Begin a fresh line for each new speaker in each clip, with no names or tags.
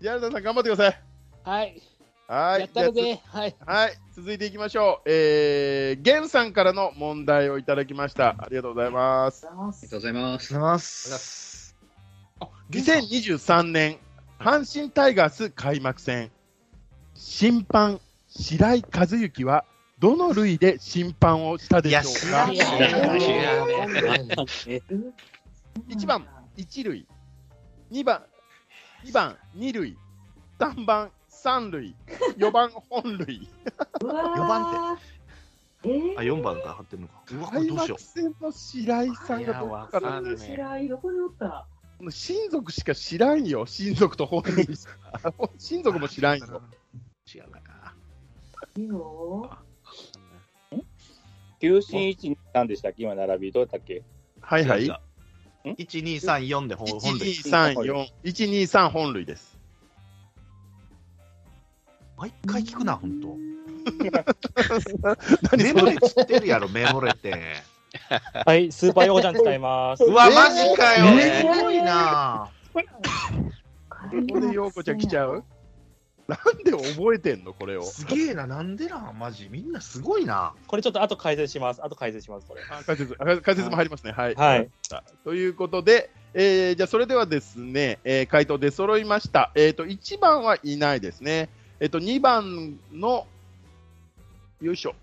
ジャルダさん頑張ってください。
はい。や
はい
っ。
じ
た
ゃあ
るぜ。はい。
はい、続いていきましょう。えー、ゲンさんからの問題をいただきました。ありがとうございます。
ありがとうございま
り
す
がとうございます。
2023年、阪神タイガース開幕戦。審判、白井和幸は、どの類で審判をしたで
い
しょ
や、
う
知
から
ん
い
知
や
らん知らん
1番、1塁、2番、2番、2塁、3番、3塁、4番、本塁。
4
番
って。えー、
あ、四番が貼ってるのか。うわ、これ
開
どうしよ
幕戦の白井さんがどこか
そ
ら
んな白い、どこにおった
もう親族しか知らんよ、親族と本人し か親族も知らんよ。
う。違うかな。
いいの
九進一なんでしたっけ今並びどうだったっけ
はいはい。
違う違う。一二三四で本本で。
1234、123本類です。
毎回聞くな、本当。
何
メ
そ
モ
れ
レつってるやろ、メモレって。
はい、スーパー横ちゃん使います。
うわ、マジかよ。
え
す
ー
ごいな。
これ、ようこちゃん来ちゃ うなんで覚えてんの、これを。
すげえな、なんでな、マジ、みんなすごいな。
これちょっと後解説します。後解説します、これ。
あ解説あ解説も入りますね。はい。
はい。
ということで、えーじゃあそれではですね、えー回答出揃いました。えっ、と、1番はいないですね。えっ、と、2番の、よいしょ。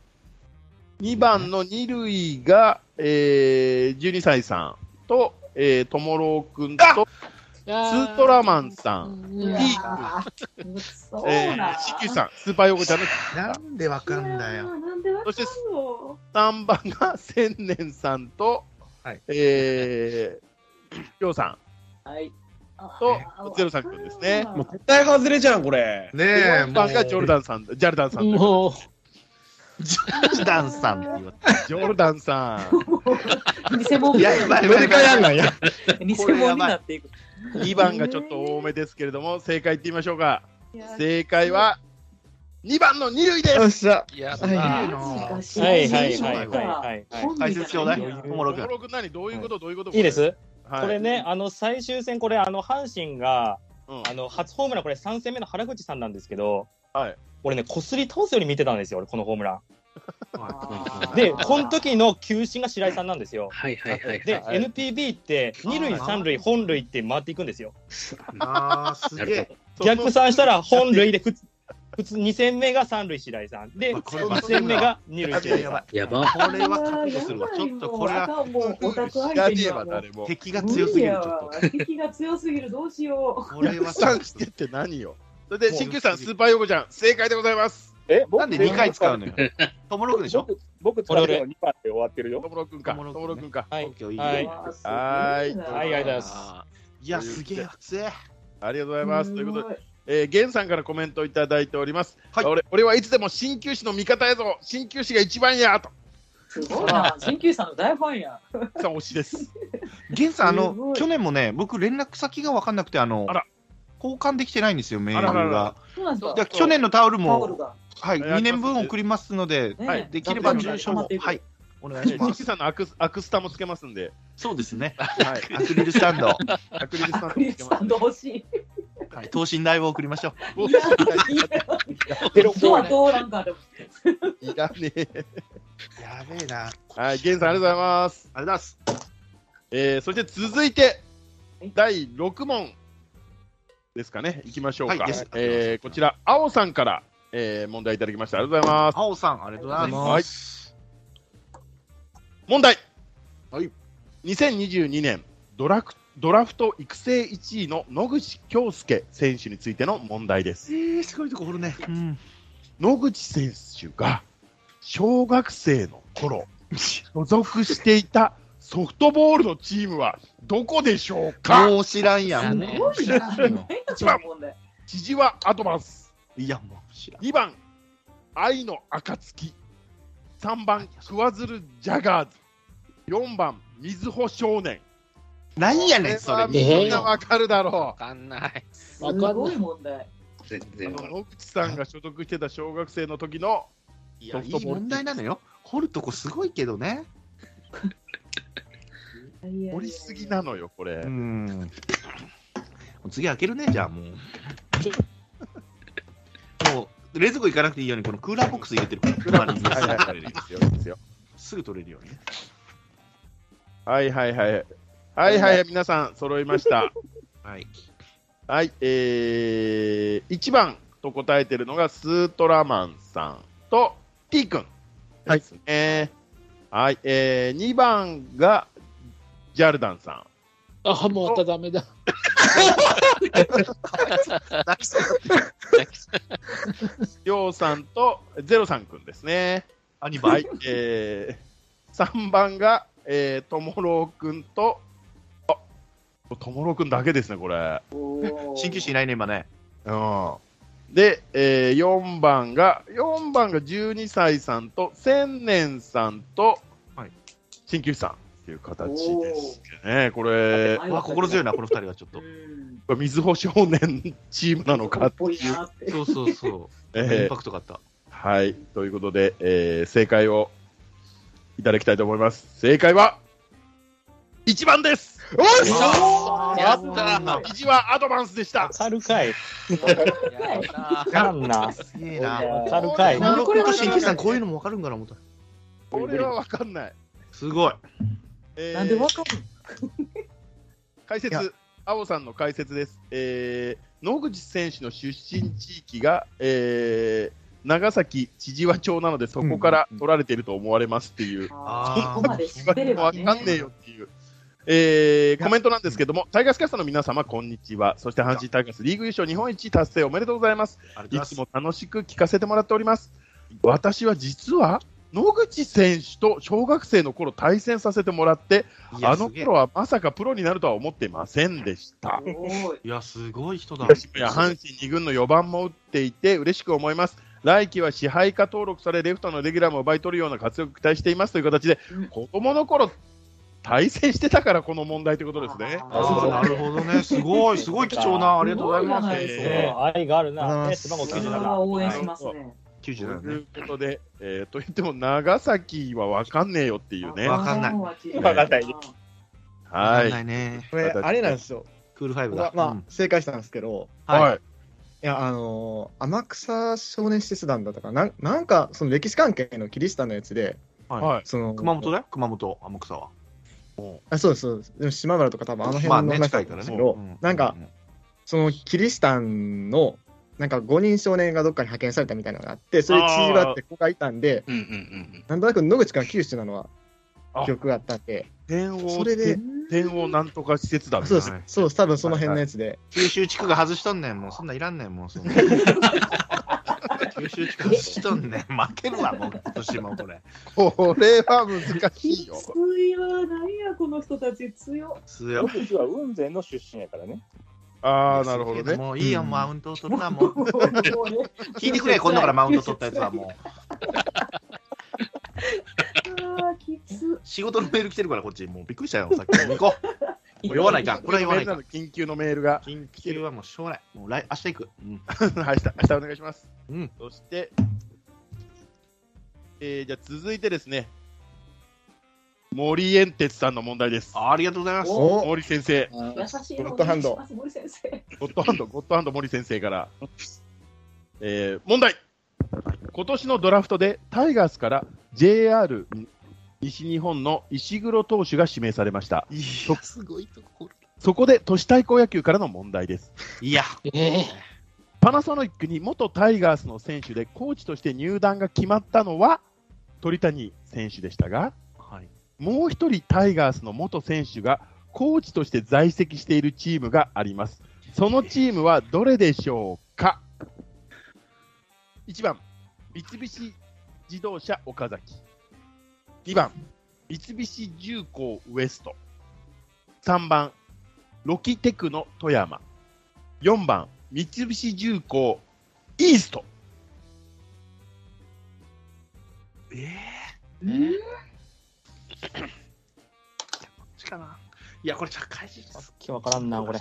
2番の二塁が、えー、12歳さんと、えー、ともろうくんと、
ツ
スートラマンさん、
ん。
う
い
わ
や
ーそう
え
なん
ー、四季さん、スーパーヨーコちゃんの
なんでわかんだ
いや
よ。
ーなんでわかん
そして
の
3番が千年さんと、
はい
えー、りょうさ
はい。
んと、ゼロさんくんですね。
あ
もう絶対外れじゃん、これ。
ねえ、
4
もう
番がジョルダンさん、ジャルダンさんと、
もう、
ジョルダンさんって言われ
ジョルダンさん。
偽物
て。いや、やばい、やばい、やばい。
や。
偽物になっていく。
2番がちょっと多めですけれども、正解言ってみましょうか。
いや
正解は、2番の二塁で
よっ
す
しゃ。
やっ
い
た
い
マジ
な
か
はいはいはいはいはいはい。
本人
解説ちょうだい、
いや
ともろくん。
登録何どういうことどういうこと
いいです、
はい
これね、あの最終戦、これ、あの阪神が
うん
あの初ホームラン、これ3戦目の原口さんなんですけど、
はい
俺ね、こすり倒すように見てたんですよ、俺このホームラ
あ
ン。
ー
で、この時の球審が白井さんなんですよ。
はいはいはい
で、
はい
NPB って、二塁、三塁、本塁って回っていくんですよ。
あー、すげえ。
逆算したら、本塁で普通、普通2戦目が三塁白井さん、で、
まあこれ
1戦目が二塁
やば
白井さ
い、や
ん。
ばい。
やば
これは覚悟するわ。ちょっとこれは
もうオタク
知
相
ら
手
ね
に
え
は
わ、
もう
誰も。
敵が強すぎる、ちょっと。
無理やわ敵が強すぎる、どうしよ。
これ
逆
は
算してって何よ。それで、
もう
新旧さん、スーパーヨコちゃん、正解でございます。
え僕
なんで2回使 うのよ。ともろくんでしょ
僕僕使ってるの2番で終わってるよ。
ともろくんか、と
ともろく
もろ
んね
くんか。
はい
オッケーいういよ
はいう
わー
はい
すごな
はいありがとうございます
あーいや、すげえ、熱え。
ありがとうございます。ということで、
ごい
えー、ゲンさんからコメントをいただいております。
はい
俺俺はいつでも鍼灸師の味方やぞ鍼灸師が一番やと。
すごいな。
新旧さんの大ファンや。
さん推しです。
ゲンさん、あ
すご
の
い、
去年もね、僕、連絡先が分かんなくて、あの
あら、
交換できてないんですよ、メー
あらら
ル
らら
が。
そうなんだ
だから去年のタオル
タオル
も、
が。
はい、
はい
2年分送りますので、
ね
はい
できれば住所も、は
はい
い、お願いし
鍼
ま
灸
す。
師さんのアクスアクスタもつけますんで。
そうです ね。
はい。
アクリルスタン ド、
アクリルスタン
ア
ド
クリ
も
ル
つけ
ス
ま
タ
す
ン。ド欲しい。
はい等身大を送りましょう。
お
いやいやドア通らんから。
いらねえ。
やべえな。ありがと
はい、ゲンさんありがとうございます。
うございます。
えー、そして続いて
はい
第六問ですかね。いきましょうか。
はいです
えー、こちら青さんから、えー、問題いただきました。ありがとうございます。
青さん、ありがとうございま
は
す。
い。問題。
はい。
2022年ドラクドラフト育成1位の野口恭介選手についての問題です。
えー、すごいとこ掘るね。うん。
野口選手が小学生の頃、所属していたソフトボールのチームはどこでしょうか
もう知らんや
知らん
ん。
ね
もう知らんよ。
一番千々はアドバンス。
いや、もう知らん。
2番、愛の暁。3番、桑鶴ジャガーズ。4番、水穂少年。
なんやねん、それ。
こはみんなわかるだ
わ
ろ
かんない。
わ
す
かん
ご
ないい。
問題。
全
う。あ
然わかんない
の野口さんが所属してた小学生の時の
いや、いい問題なのよ。掘るとこすごいけどね。
掘りすぎなのよ、これ
う。ん。もう次開けるね、じゃあもう。もう、冷蔵庫行かなくていいように、このクーラーボックス入れてるから、
はいはいはい。いいですよ、いいですよ。
すぐ取れるようにね。
はいはいはい。はいはい、皆さん、揃いました。
はい。
はい、えー、1番と答えてるのがスートラマンさんと T 君ですね。はい、えー、2番がジャルダンさん。
あ、もうたダメ だ。
りょうさんとゼロさんくんですね。
アニバ
は
イ
い。、えー、3番が、えー、ともろうくんと、あ、ともろうくんだけですね、これ。
鍼灸師いないね、今ね。
うん。で、えー、4番が、4番が12歳さんと、千年さんと、
はい
鍼灸師さんっていう形ですね。これ、
うわ、心強いな、この二人はちょっ
う
と。
ん。
これ水保少年チームなのか
っ
って
ぽ
い。
いうなって。
そうそうそう。イン
えー
パクトがあった。
はい。ということで、えー、正解をいただきたいと思います。正解は、1番ですおっしゃ
やったな。
一はアドバンスでした。
かるかい。
やったな
わかんな。
すげえな。
わかるかい。
モロコと鍼灸師さん、こういうのもわかるんかな、思った。
これはわかんない。
すごい。
えー
なんでわかる
解
いや
説、青さんの解説です。えー、野口選手の出身地域が、えー、長崎千々和町なので、そこから取られていると思われますっていう、
のここまで知ってれ
わ
ば
か
ね。
んねえよっていう。えー、コメントなんですけども、タイガースキャストの皆様、こんにちは。そして阪神タイガースリーグ優勝日本一達成おめでとうございます。
あり
い
がと
つ
うござい
も楽しく聞かせてもらっております。私は実は野口選手と小学生の頃対戦させてもらって、
ます。いや
あの頃はまさかプロになるとは思ってませんでした。
おい
いや、すごい人だ。
広島や阪神2軍の4番も打っていて嬉しく思います。来季は支配下登録され、レフトのレギュラーも奪い取るような活躍を期待していますという形で、子供の頃対戦してたからこの問題ということですね。
あーなるほどね。すごい、すごい貴重な。ありがとうございます。
ごいじゃないです
ね
か
愛があるな。
うん
ね背番号
それ
97。
は応援しますね。
とい
97ね。
うことで、えーと言っても長崎は分かんねえよっていうね。
わかんない
わかんない
わ
は
かん
い。
ないね。
これ、あれなんですよ。
クールファイブ
僕は
だ。
まあ、
うん
正解したんですけど、
はい。
い。
いや、あのー天草少年施設団だったかな、なんなんか、その歴史関係のキリシタンのやつで、
はい。
その、
熊本だよ。熊本、天草は。
あそうです、そうです。でも島原とか多分あの辺
まあ
の
ね、
中
近
だ
い
った
か
んで
ら
す
ね。
けど、なんか
う、う
そのキリシタンの、なんか5人少年がどっかに派遣されたみたいなのがあって、それで千々和って子がいたんで、
うんうんうん
なんとなく野口から九州なのは
あ
記憶があったんで、
天王
それで、
天王なんとか施設だみた
そ
いうな
です、そうです、多分その辺のやつで、
九州地区が外しとんねん、もうそんなんいらんねん、もうそんな 九州地区外しとんねん、負けるわ、もう今年もこれ。
これは難し
き
いよ。
ついわ、なんや、この人たち強。
強い
僕は雲仙の出身やからね。
ああ、なるほどね。
もういいよ、
うん
マウントを取るな、もう。聞いてくれ、今度からマウント取ったやつは、もう。
ああ、きつ。
仕事のメール来てるから、こっち。もうびっくりしたよ、さっき。行こう。言わないかん、これは言わないかん。
緊急のメールが。
緊急はもうしょうがない。もう来明日行く。うん
はい、明日、明日お願いします。
うん
そして、えー、じゃあ続いてですね、森エンテツさんの問題です。
ありがとうございます。
お
森先生、
優しい。森先生。
ゴッドハンド、ゴッドハンド森先生から。えー、問題今年のドラフトでタイガースから JR 西日本の石黒投手が指名されました。
いや、すごいところ。
そこで都市対抗野球からの問題です。
いや、
ええ
パナソニックに元タイガースの選手でコーチとして入団が決まったのは鳥谷選手でしたが、
はい。
もう一人タイガースの元選手がコーチとして在籍しているチームがあります。そのチームはどれでしょうか ?1 番、三菱自動車岡崎。2番、三菱重工ウエスト。3番、ロキテクノ富山。4番、三菱重工イースト。
ええこっちかな。いや、これ社会人です。
今日わからんな、これ。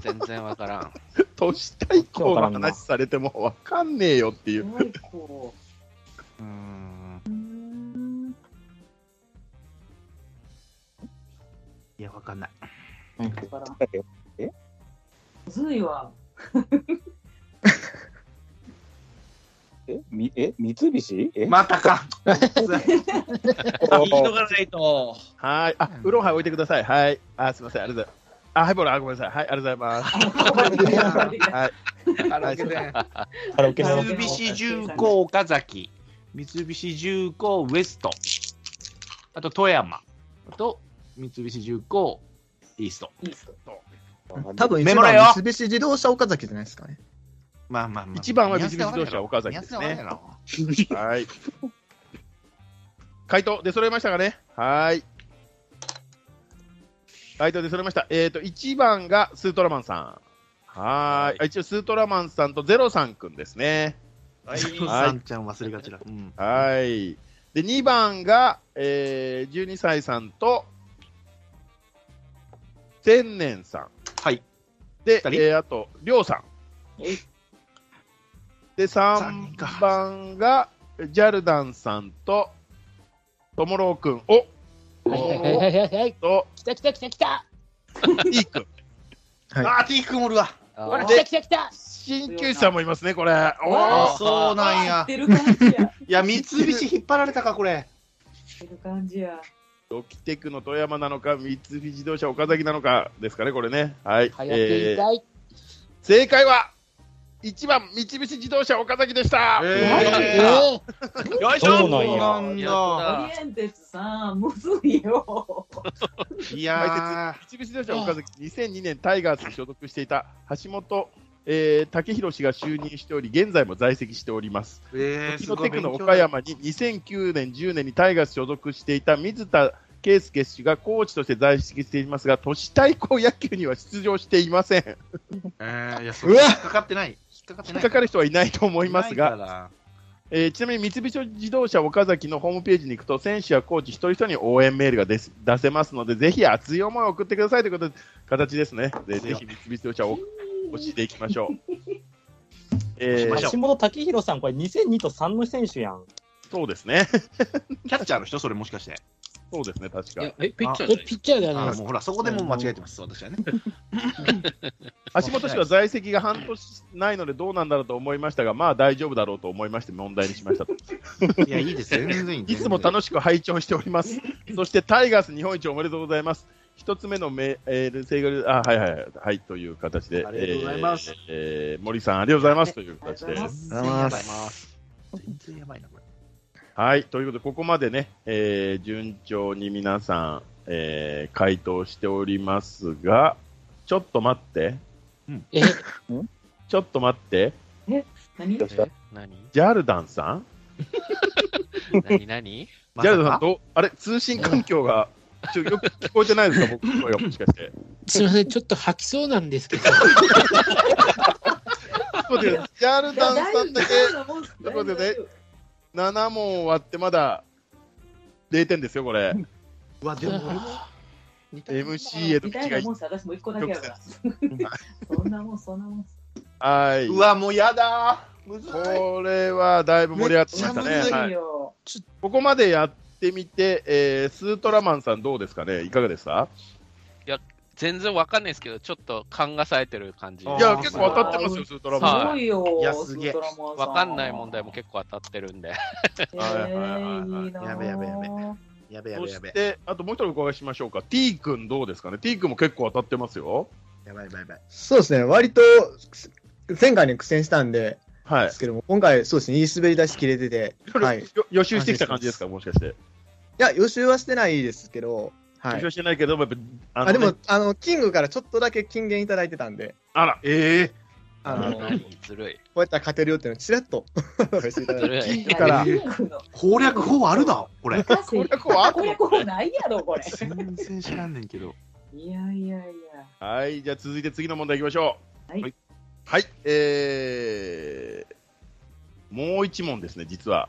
全然わからん。
都市対抗の話されてもわかんねえよっていう。
こ
うーん。いや、わかんない。
う。
え
むずいわ。
えみえ三菱え、
またか。
言いとかないと。
はい。あ、ウーロンハイ置いてください。はい。あ、すみません。ありがとうございます。あ、ハイボール、あ、ごめんなさい。はい、ありがとうございます。はい。
カラオケで
カラオケの
はい
三菱重工岡崎、三菱重工ウエスト、あと富山、あと三菱重工イースト。
多分
メ
一
モ
番
れよ
三菱自動車岡崎じゃないですかね。
まあまあまあ。
一番は三菱自動車岡崎ですね
宮下はね
はい。回答出揃いましたかね。はい。回答出揃いました。えっ、と、1番がスートラマンさん。はーい。あ一応、スートラマンさんとゼロさんくんですね。はい
さんちゃん忘れがちだ。うん。
はい。で、2番が、えー、12歳さんと、天然さん。
はい。
で、え
二人
ー、あと、りょうさん。で、
三人か
3番が、ジャルダンさんと、ともろうくん。お
はいはいはいはいはい。
と、
来た来た来た来た。
いいくん。
あー、ティークモルだ。
ほら
で
来た来た来た。
鍼灸師さんもいますね、これ。おー
あーそうなんや。
出る感じや。
いや、三菱引っ張られたか、これ。
出る感じや。
ドキテクの富山なのか、三菱自動車岡崎なのかですかね、これね。はい。
早く言い
えー
たい。
正解は、1番、三菱自動車岡崎でした。
え
え
ー
ーよいしょ
そうなんや
なんだ。
オリエンテスさん、むずいよ。
いや
三菱自動車岡崎、2002年タイガースに所属していた橋本、えー、武宏氏が就任しており、現在も在籍しております。
ー。え
時のテクの岡山に2009年、10年にタイガース所属していた水田圭介氏がコーチとして在籍していますが、都市対抗野球には出場していません。
えー、いや、それ引っかかってない。引っかかって
引
な
っ
い。
かかる人はいないと思いますが、
が。
えーちなみに三菱自動車岡崎のホームページに行くと、選手やコーチ一人一人に応援メールが出す出せますので、ぜひ熱い思いを送ってくださいということで形ですね。でぜひ三菱自動車を押していきましょ う。え
押しまし
ー、
ょう
橋本武弘さん、これ2002と3の選手やん。
そうですね。
キャッチャーの人それもしかして。
そうですね、確
い
か
や。え、ピッチャー
え
じゃ
ピッチャーだ
あ
よ
ー
ね。
もうほら、そこでもう間違えてます、 私はね。
橋本氏は在籍が半年ないのでどうなんだろうと思いましたが、まあ大丈夫だろうと思いまして問題にしましたと。
いや、いいですよ。全然いい。
いつも
し
楽しく拝聴しております。そしてタイガース日本一おめでとうございます。一つ目のメえール、正解あ、はいはいはい、はい、という形で、
ありがとうございます
えーえー森さん、ありがとうございますという形
あり
で
がとうございま、す
全然やばいな。全然やばいな、これ。
はい、ということで、ここまでね、えー順調に皆さん、えー回答しておりますが、ちょっと待って、
え、
ちょっと待って、
何
どうした
何
ジャルダンさん
何 何
ジャルダンさん
まさか
どう、あれ、通信環境 が、ちょよく聞こえてないですか、僕の声が、もしかして。
すいません、ちょっと吐きそうなんですけど。
ということでジャルダンさんだけ。
と
ということで7問終わってまだ0点ですよ、こ れ。
うわ、でも、
MC へと
み
口
たい
が
ないもんさ、私も一個だけやから。そんなもん、そんなもん。
はい。
うわ、もうやだー。むずい。
これはだいぶ盛り上がってきましたね
めっ。ちゃむず
はい、
よ。
ここまでやってみて、えースートラマンさんどうですかねいかがですか
全然わかんないですけど、ちょっと勘が冴えてる感じ。
あー
いや、結構当たってますよ、スートラ
す
マンさん。
ごいよ。
いやすげえ
わ
わ
かんない問題も結構当たってるんで。
構。
はいはいはいはい
いな
やべやべやべやべや
そ
べやべ
し。て、あともう一人お伺いしましょうか。T 君どうですかね ?T 君も結構当たってますよ。
やばいやばいやばい。
そうですね、割と前回に苦戦したんで、
はい。
ですけども、今回、そうですね、いい滑り出し切れてて、はい。い
よ予習してきた感じですかもしかして。
や、予習はしてないですけど、は
予
い
習。してないけど、やっぱ、あ
あで
のね
も、あの、キングからちょっとだけ金言いただいてたんで、
あら、え
あの、こ
何ずるい。
うやったら勝てるよっていうのをちらっとしていただ
ず
いて
るい。
だ
から
攻略法あるな、これ。
攻略
法ある
攻略法ないやろ、これ。
全然知らんねんけど。
いやいやいや。
ーはい、じゃあ続いて次の問題いきましょう。
はい。
はい、えー、もう一問ですね、実は。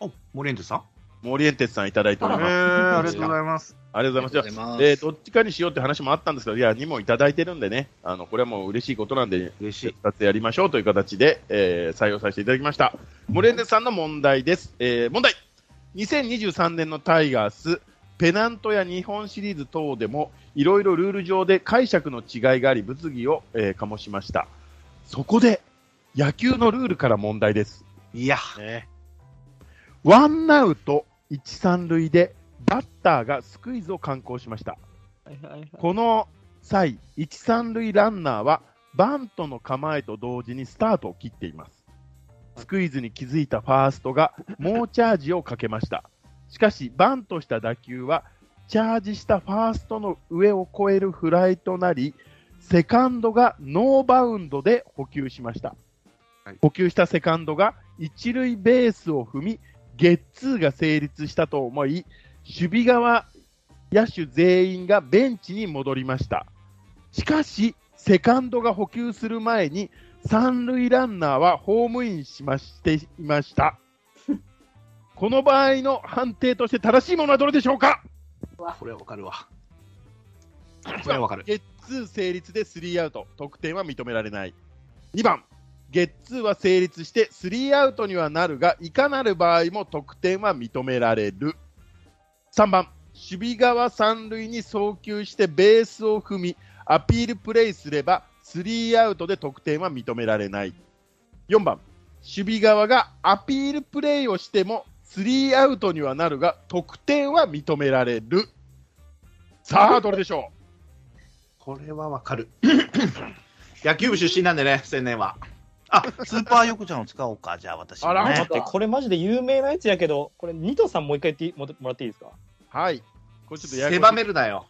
お、モレンジさん。
モリエンテスさんいただいており
え
ます。
ー、ありがとうございます。
ありがとうございます。
ま
えー、どっちかにしようって話もあったんですけど、いや、2問いただいてるんでね、あの、これはもう嬉しいことなんで、
嬉しい。
2つやりましょうという形で、えー採用させていただきました。モレンテスさんの問題です。えー問題。2023年のタイガース、ペナントや日本シリーズ等でもいろいろルール上で解釈の違いがあり物議を、えー醸しましたそこで野球のルールから問題です
いや、
ワンアウト1、3塁でバッターがスクイズを敢行しました。この際、1、3塁ランナーはバントの構えと同時にスタートを切っています。スクイズに気づいたファーストが猛チャージをかけました。しかし、バントした打球はチャージしたファーストの上を越えるフライとなり、セカンドがノーバウンドで補給しました。補給したセカンドが一塁ベースを踏み、ゲッツーが成立したと思い、守備側、野手全員がベンチに戻りました。しかし、セカンドが補給する前に、三塁ランナーはホームインしましていました。この場合の判定として正しいものはどれでしょうか
これはわかるわ。これはわかる。
ゲッツー成立でスリーアウト、得点は認められない。2番、ゲッツーは成立してスリーアウトにはなるが、いかなる場合も得点は認められる。3番、守備側三塁に送球してベースを踏み、アピールプレイすれば、スリーアウトで得点は認められない。4番、守備側がアピールプレイをしても、スリーアウトにはなるが、得点は認められる。さあ、どれでしょう
これはわかる。 野球部出身なんでね、青年は。あ、スーパー横ちゃんを使おうか、じゃあ私もね、
あら
待って、これマジで有名なやつやけど、これ、ニトさんもう一回言ってもらっていいですか
はい。これちょっとややこ
狭
しい
めるなよ。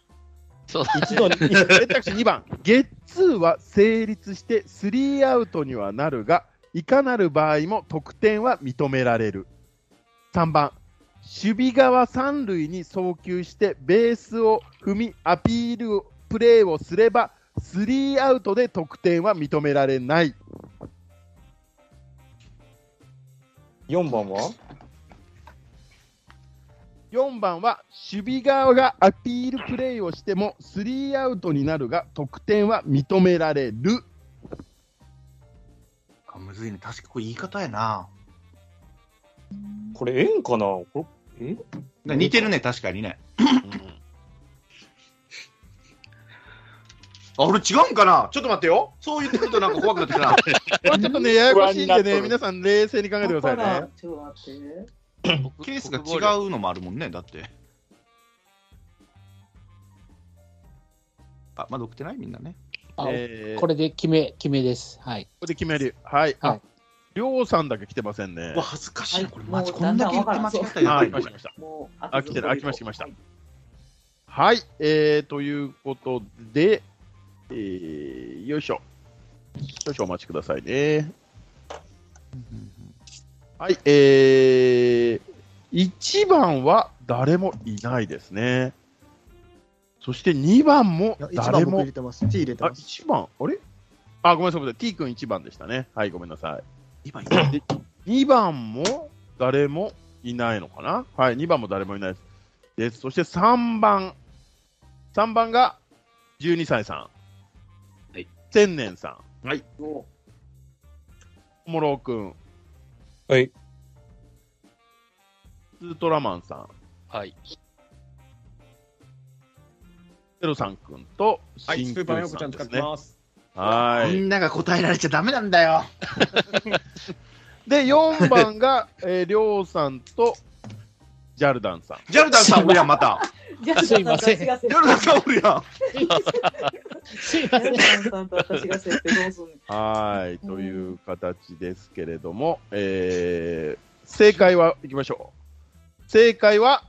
そう
一度に、
選択肢2番、ゲッツーは成立してスリーアウトにはなるが、いかなる場合も得点は認められる。3番、守備側三塁に送球してベースを踏み、アピールプレーをすれば、スリーアウトで得点は認められない。
4番は
4番は守備側がアピールプレーをしてもスリーアウトになるが得点は認められる。
あむずいね。確かこれ言い方やな。
これ、円かなこれ
ね似てるね、確かにね。あ、俺違うんかなちょっと待ってよ。そう言ってくるとなんか怖くなってきたな。
これちょっとね、ややこしいんで
不安になっと
ね、
る
皆さん冷静に考えてくださいね。
ちょっと待ってね。
ケースが違
う。
うのもあるもんね、だって。あ、まだ送ってないみんなね。
えー
これで決め、決めです。はい。
ここで決める。はい。
は
あ
い、
りょうさんだけ来てませんね
うわ、。恥ずかしいな。
はい
これマジ
もう
こんだけ言って間違ったらやばいよ
はい
これ
もう
あ来てるあ来ました来ました
はい
はい。えー、ということで、えー、よいしょ。少々お待ちくださいね。はい。えー、1番は誰もいないですね。そして2番も
いや一
誰
番僕
も
入れてます。T 入れて
あ、
ます。
1番、あれあ、ごめんなさい、ごめんなさい。T 君1番でしたね。はい、ごめんなさい。
今
で2番も誰もいないのかなはい、2番も誰もいないです。ですそして3番。3番が12歳さん。
はい。
千年さん。
はい。
も
小室君。
はい。
ウルトラマンさん。
はい。
ゼロさん君と、
はい、スーパーヨーコ
さ
ちゃん
ん
使
で
っ
す
て
ね。
ます。
は
み
い。
んなが答えられちゃダメなんだよ。
で、4番が、 えー、りょうさんと、ジャルダンさん。
ジャルダンさんおるやん、ま た。
うじゃあ
すいません
私が設
ジャルダンさんおるやん。
すいません。
定さんと私が設定どうすんねん
はい、という形ですけれども、えー、正解は、いきましょう。正解は、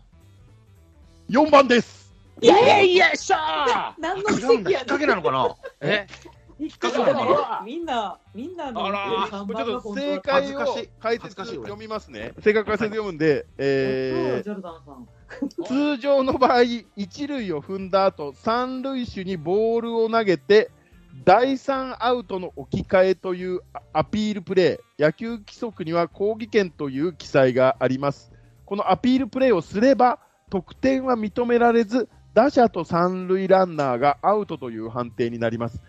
4番です。
いやいやよっしゃ
何の
違
奇
うん
跡や
だ。引っ
ね
掛けなのかな
え
ん引っ掛けたのみんな、みんなの
あらー
ち
3
ょっ
番が
と
本当
正
だ
解を
恥ずかしい
解
恥
説
ずかしい俺
読みますね。正解解説読むんで、えー
ジョルダンさん。
通常の場合、一塁を踏んだ後、三塁手にボールを投げて、第3アウトの置き換えというアピールプレー、野球規則には抗議権という記載があります。このアピールプレーをすれば、得点は認められず、打者と三塁ランナーがアウトという判定になります。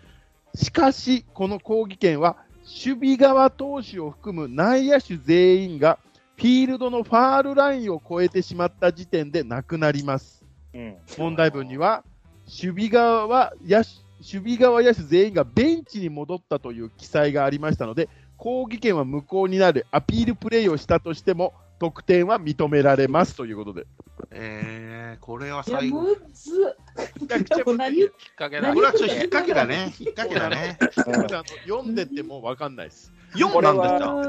しかし、この抗議権は、守備側投手を含む内野手全員がフィールドのファールラインを越えてしまった時点でなくなります。
うん。
問題文には、守備側は野手、守備側野手全員がベンチに戻ったという記載がありましたので、抗議権は無効になるアピールプレーをしたとしても、得点は認められますということで。
えー、これはい
や、
最後。
むずっ。でも何言っ
きっかけだ
何
これはちょっと引っ掛けだね。引っ掛けだ ね。
あの読んでてもわかんないです。
4
これ
番で
は
た
し
か
た。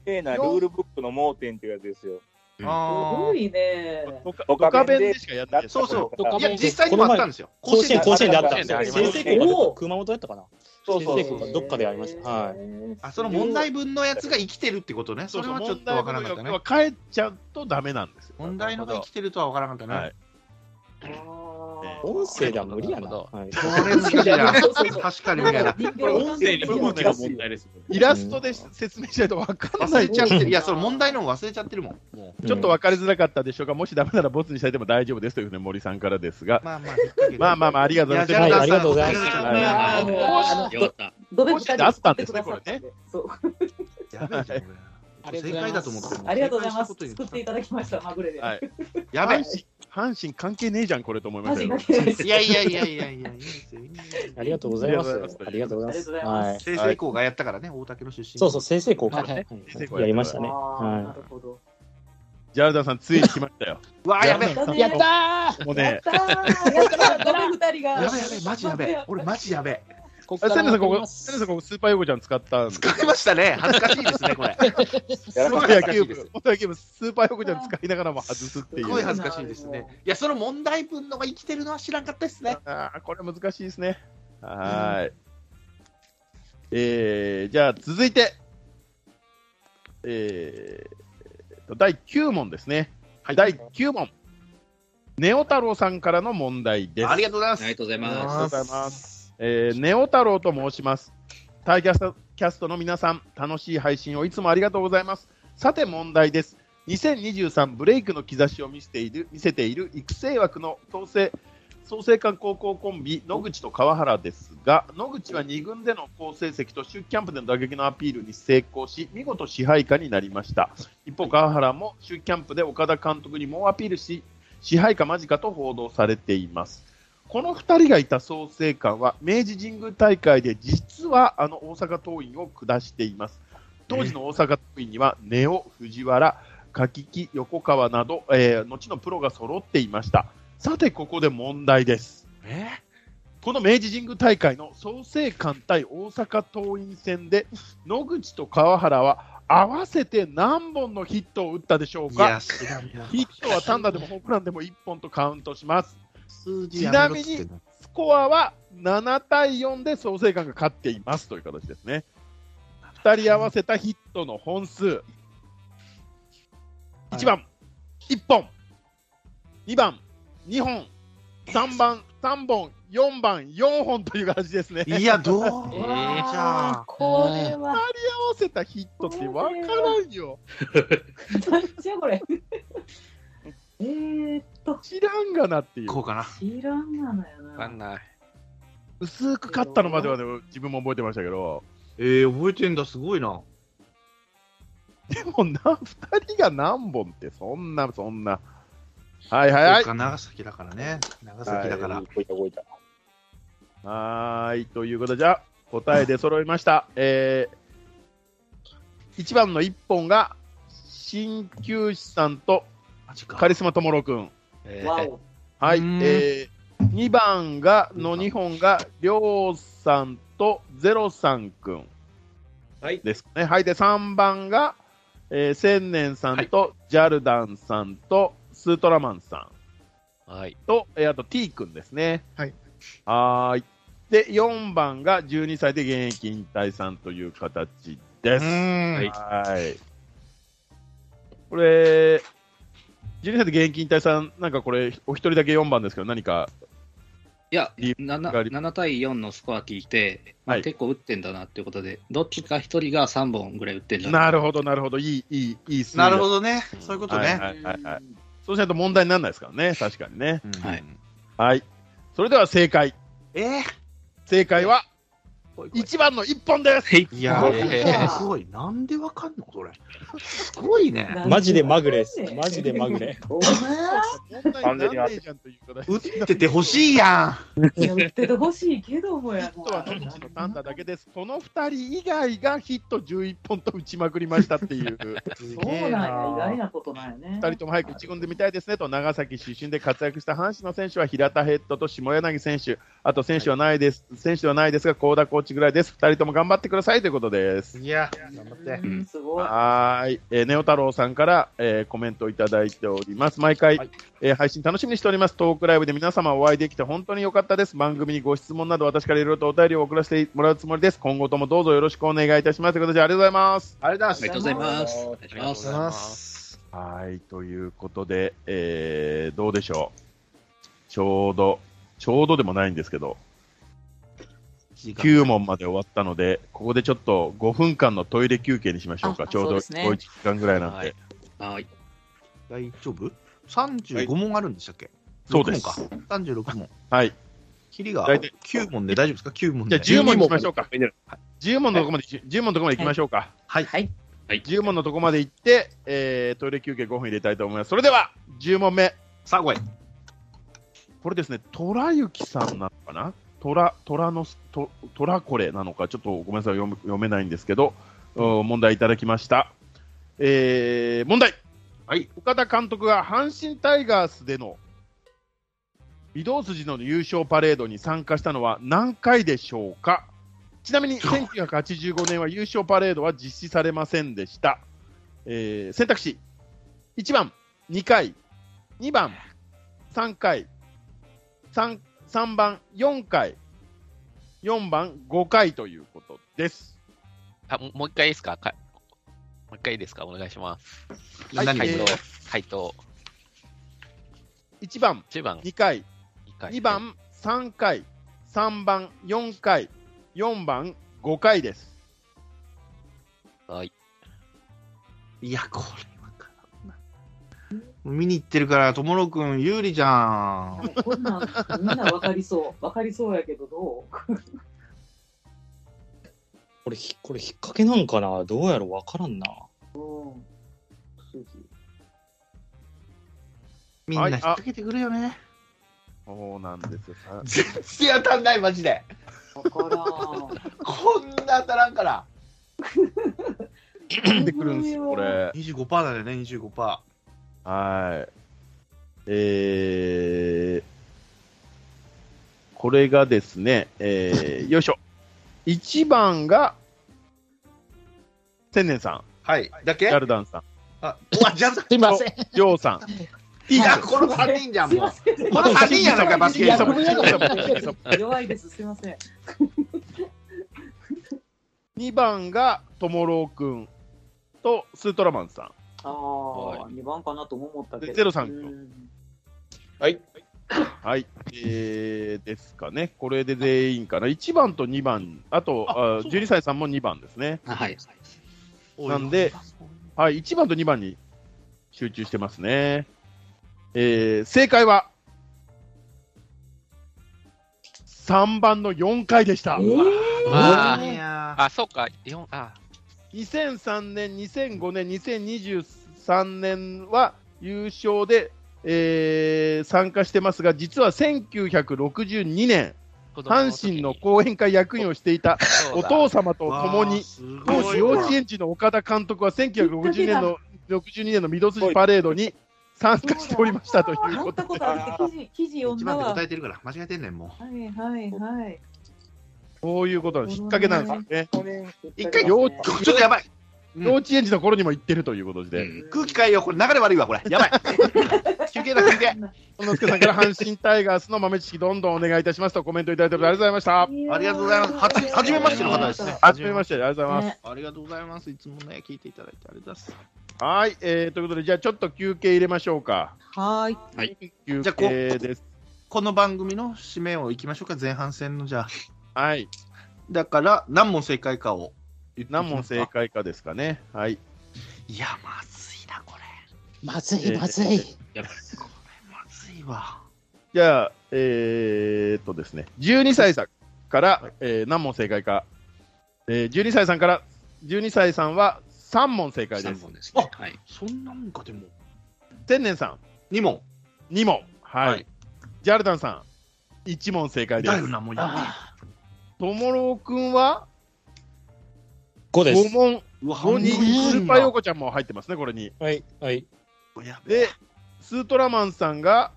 綺麗なルールブックの盲点っていうやつですよ。
す
あ
ごいね。
ドカ
ドカ
ドカ
ベ
弁
ンで
でしかやってない。
そうそう
ドカ
あ。
ベ
い
ン
や、実際にもあったんですよ。
甲子園、甲子園であっ
甲子園であ
た。
りました
先生校がど熊本やったかな。
そうそう
先生
そう
校。がどっかでやりました。はい。
い
あその問題文のやつが生きてるってことね。
そ
そ
そ
うれ
う
はちょっ
問
と
題
わから
文
なかっ
欲
たね
は。返っちゃうとダメなんですよ。
問題のが生きてるとはわからなかった
は
ね
い。
音声では無理やな。
なるほ
はい
これ難しいな。
そうそうそう
確かに無理やな。
人
これ音声に
不
向きの問題ですよ。
イラストで説明しないとわかん
忘
ない
れちゃってる。いや、その問題の方忘れちゃってるもん。もう
ちょっと分かりづらかったでしょうが、もしダメならボツにされても大丈夫ですというふうに森さんからですが、
まあまあ、引っ掛け
まあまあまあ、ありがとうござい
は
ま
い、
す。
ありがとうござい
は
ま
あのあ
よかった。
ドベ
あったんですねこれね。
そう。
やべえじゃん俺
ありがとうござ
正解
います
だと思ってる
ありがとうございます。
正解
作っ
したこと
て
に
いただきました、まぐれで。
はい
やべえ。
阪神関係ねえじゃん、これと思いま
マ
したよ
ジか。けないです
いやいやいやいやいや、いいですよいいです
す。
よ
ありがとうございます。
あ
あ
り
り
が
がとうござい
ま
ますす。
は
はい。
先生校がやったからね、大竹の出身。
そうそう、先生校から
はいはい
ね
先生校
やりましたね。
あーな
は
るほど。
ジャルダさん、ついに来ましたよ。
うわあ、やべえ。や
やった
もう
やっ
ね、
たーやったーこの二人が。
べえやべえ、マジやべえ。俺マジやべえ。
ーこっか
あ
ら
センナさん、こ
やり
こ、
ます
センナさん、ここ、スーパーヨコちゃん使ったん です
使いましたね。恥ずかしいですね、これ。
やら
元
か
野
し
球部、元野球部、スーパーヨコちゃん使いながらも外すってい
す
う。
ごい恥ずかしいですね。いや、その問題文のが生きてるのは知らんかったですね。
あーこれ難しいですね。はーい。えー、じゃあ続いて、えーと、第9問ですね。
はい
第9問。ネオ太郎さんからの問題です。
ありがとうございま
あり
す
が。とうござい
あり
ま
がとうございます。えー、ネオ太郎と申します。タイキャストキャストの皆さん、楽しい配信をいつもありがとうございます。さて問題です。2023ブレイクの兆しを見せている見せている育成枠の創成創成館高校コンビ野口と川原ですが野口は2軍での好成績と秋季キャンプでの打撃のアピールに成功し見事支配下になりました一方川原も秋季キャンプで岡田監督に猛アピールし支配下間近と報道されていますこの2人がいた創成館は明治神宮大会で実はあの大阪桐蔭を下しています当時の大阪桐蔭には根尾、藤原、柿木、横川など、えー後のプロが揃っていましたさてここで問題です
え
この明治神宮大会の創成館対大阪桐蔭戦で野口と川原は合わせて何本のヒットを打ったでしょう
い
か
や、知らんな
ヒットは単打でもホームランでも1本とカウントします
数字やめろっつってんの
ちスコアは7対4で創成館が勝っていますという形ですね。2人合わせたヒットの本数。1番、1本。2番、2本。3番、3本。4番、4本という形ですね。
いや、どう
え
じゃ
ー
わ
あ
ー、これは。
合わせたヒットってわからんよ。
何じゃこれ。 えーっと、
知らんがなっていう
こ。うかな。
知らんがなよ
わかん
な。
ない。
薄く勝ったのまではでも自分も覚えてましたけど、
えー、覚えてんだ、すごいな。
でもな、2人が何本って、そんな、そんな。はいはいはい
そ。うか長崎だからね。長崎だから。
動いた動いた。
はーい、ということで、じゃあ、答えで揃いました。えー、1番の1本が、鍼灸師さんと
マジ
カリスマともろくん。
え
わ
ー
お。
はい、
うーん
えー、2番が、の2本が、りょうさんとゼロさんくん
はい
ですかね。はい、で、3番が、えー、千年さんと、ジャルダンさんと、スートラマンさん。
はい。
と、えーあと T 君ですね。
はい。
はーい。で、4番が12歳で現役引退さんという形です。
は。
はいい。これ、12歳で現役引退さん、なんかこれ、お一人だけ4番ですけど、何か、
いや、
リ
7, 7対4のスコア聞いて、まあ
はい
結構打ってんだなっていうことで、どっちか一人が3本ぐらい打ってんだ
なるほど、なるほど、いい、いい、いい数字
なるほどね。そういうこと
はい
ね。
はいはいはい。そうしないと問題にならないですからね、確かにね。
うん
はい
はい。それでは正解。
えー
正解は、一番の一本です
いやー、すごい。なんでわかんのそれ。すごいね。
マジでまぐれです。マジでまぐれ。
お
問題になんねえじゃんというから、ヒ
打っててほしいや
前いや売っててほしいけどもや
ットは野口の単打だけです。この二人以外がヒット11本と打ちまくりましたっていう。
そうなんや意外なことなんやね
2人とも早く一軍で見たいですねと、長崎出身で活躍した阪神の選手は平田ヘッドと下柳選手、あと選手はないです、選手はないですが、高田コーチぐらいです、2人とも頑張ってくださいということです
ん。。いや、頑張って。
うんすごい
はーい、えー、ネオ太郎さんから、えーコメントをいただいております。毎回、
はい
えー配信楽しみにしております。トークライブで皆様お会いできて本当に良かったです。番組にご質問など私からいろいろとお便りを送らせてもらうつもりです。今後ともどうぞよろしくお願いいたします。ということで、ありがとうございます。
ありがとうご
り
ざい
が
ま
とうございます。ありがとうございます。
す。はい、ということで、えー、どうでしょう。ちょうど、ちょうどでもないんですけど、
す。
9問まで終わったので、ここでちょっと5分間のトイレ休憩にしましょうか。
あ
ちょう
そう
ど
ですね
1時間ぐらいなんで。
はい
はい。
大丈夫 ?35 問あるんでしたっけ
そうです
6問か。36問。
はい。
キリが
大体
9問で大丈夫ですか ?9 問
じ
で。
ゃあ10問にしましょうか。
はい
10問のとこまで、10問のとこまで行きましょうか。
はい
10問のとこまで行って、えー、トイレ休憩5分入れたいと思います。それでは、10問目。
さあ、来い。
これですね、虎幸さんなのかな虎、虎のす、と虎これなのか、ちょっとごめんなさい、読め読めないんですけど、うん問題いただきました。えー、問題。
はい。
岡田監督が阪神タイガースでの移動筋の優勝パレードに参加したのは何回でしょうかちなみに1985年は優勝パレードは実施されませんでした。えー選択肢1番、2回、2番、3回、3, 3番、4回、4番、5回ということです。
あももう一回いいですかかもう一回いいですかお願いします。
はい
何
回
え
答
ー、
回答。
1番、
1番、
2回、
2回。
2。番、3回、3番、4回、4番、5回です。
はい。
いや、これわからんな。見に行ってるから、ともろくん有利じゃん。
こんなんみんなわかりそうわかりそうやけどどう
これひ、これ引っ掛けなんかなどうやろわからんな。
みんな
はい
引
あ
っ掛けてくるよね。
そうなんですよ。 さ
全然当たんない、マジで。
わから
こんな当たらんから。
出
ん
てくるんですよ、これ。
25%だよね、25%。
はい。えー、これがですね、えー、よいしょ。1番が、千年さ
はい。だ
ん、
け
ガルダンさん、
あ、うわ、ジャズ。
すいません。
ジョーさん。
いや、この3人じゃん、
すい
も
ま
う。
せん
この3人やないか、バスケ
いや
部。
弱いですすいません
2番が、ともろうくんと、スートラマンさん。
ああ二番かなとも思ったけど
ゼロ三キロ
うん
はい。えー、ですかね。これで全員かな。1番と2番、あと、あ
あそう
12歳さんも2番ですね。
はい。
なんで、はい、1番と2番に集中してますね。えー、正解は、3番の4回でした。
まあ、
いや
あ、そうか、4、あ、
2003年、2005年、2023年は優勝で、えー参加してますが、実は1962年、
子供
阪
時に
神の後援会役員をしていた
そう
お
だ
父様と共
わあ
に、
す
当
ご
時
い
幼
わ
稚園児の岡田監督は1960年の62年の御堂筋パレードに参加しておりましたという
や
こ
っ
と
たことあるって記事記事読
一
ん
番
だわ
で答
は
えてるから、間違えてんね ん、も
いはいはい
そういうことなんです引っ掛けなんですよね
去年、
う。一回、ち
よう
ょっとやばい。うん
幼稚園児の頃にも行ってるということ
う
で、
ん空気変えよう、これ流れ悪いわ、これ。やばい。 休憩だ、休憩。
そんなすけさんから阪神タイガースの豆知識どんどんお願いいたしますとコメントいただいておりありがとうございまし
ありがとうござ います。はじ初めましての方ですね。
た。はじめまして、ありがとうございます。
ね
ありがとうございます。いつもね、聞いていただいてありがとうございます。
はい、えー、ということで、じゃあちょっと休憩入れましょうか。
はーい
休
じゃあこ
憩です。
この番組の締めをいきましょうか、前半戦のじゃあ。
はい、
だから、何問正解かを言っていきますか
何問正解かですかね。はい。
いや、まずいな、これ。
まずい、まずい。
まずいわ。
じゃあ、えー、っとですね、12歳さんから、えー何問正解か、えー12歳さんから、12歳さんは3問正解で
3
す。
本ですね。はい。
そんなもんか、でも。
千年さ
2問。
ん、2問。はい。
はい
ジャルダンさん、1問正解で
だ
す
よ。な、もうや
あ
ともろうくんは
5で
5
す。
問、
うわ
5に、
半分
スーパーヨーコちゃんも入ってますね、これに。
はい、はい。
やべ
で、スートラマンさんが、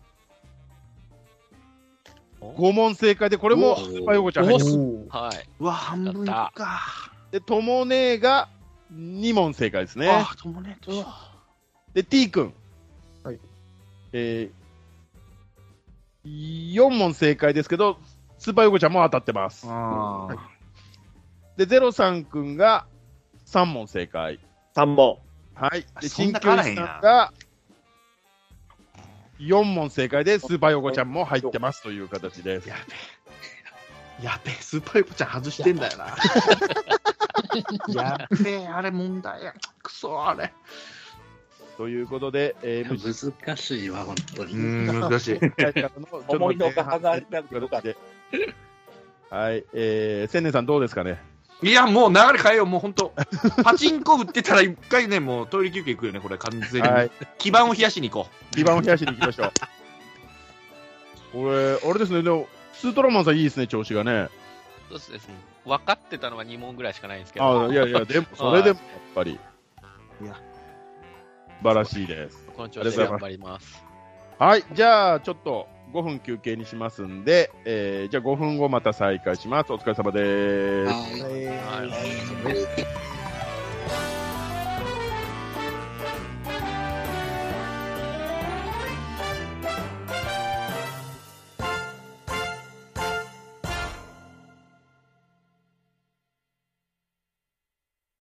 5問正解で、これも
お
スーパーヨーコちゃん入
お
ってます。
お
はい。
うわ、半分か。
で、ともねえが2問正解ですね。
ああ、ともねとし
で、T 君。
はい。
えー、4問正解ですけど、スーパーヨコちゃんも当たってます。
あー
で、ゼロさん君が3問正解。
3問。
はい。で、
そん
新
な
旧
変わら
さ
へん
ん
な
が4問正解で、スーパーヨコちゃんも入ってますという形です。
やべえ。やべえ、スーパーヨコちゃん外してんだよな。 やべえ、あれ問題や。くそ、あれ。
ということで、えー、無
難しいわ、本当
う
に。
ん、難しい。
回からのちょっと
思いのが離れた
前半戦という
こと
形
か
ではい。えー、千年さんどうですかね
いや、もう流れ変えよう、もう本当。パチンコ売ってたら一回ね、もうトイレ休憩行くよね、これ完全に。
はい。
基盤を冷やしに行こ
基盤を冷やしに行きましょう。これ、あれですね、でも、スートラマンさんいいですね、調子がね。
そうですね。分かってたのは2問ぐらいしかないんですけ
あ
ど。
いやいや、でも、それでも、やっぱり。
いや
素晴らしいです。
この調子で頑張ります。
はい、じゃあ、ちょっと5分休憩にしますんで、えーじゃあ5分後また再開します。お疲れ様です。
はい。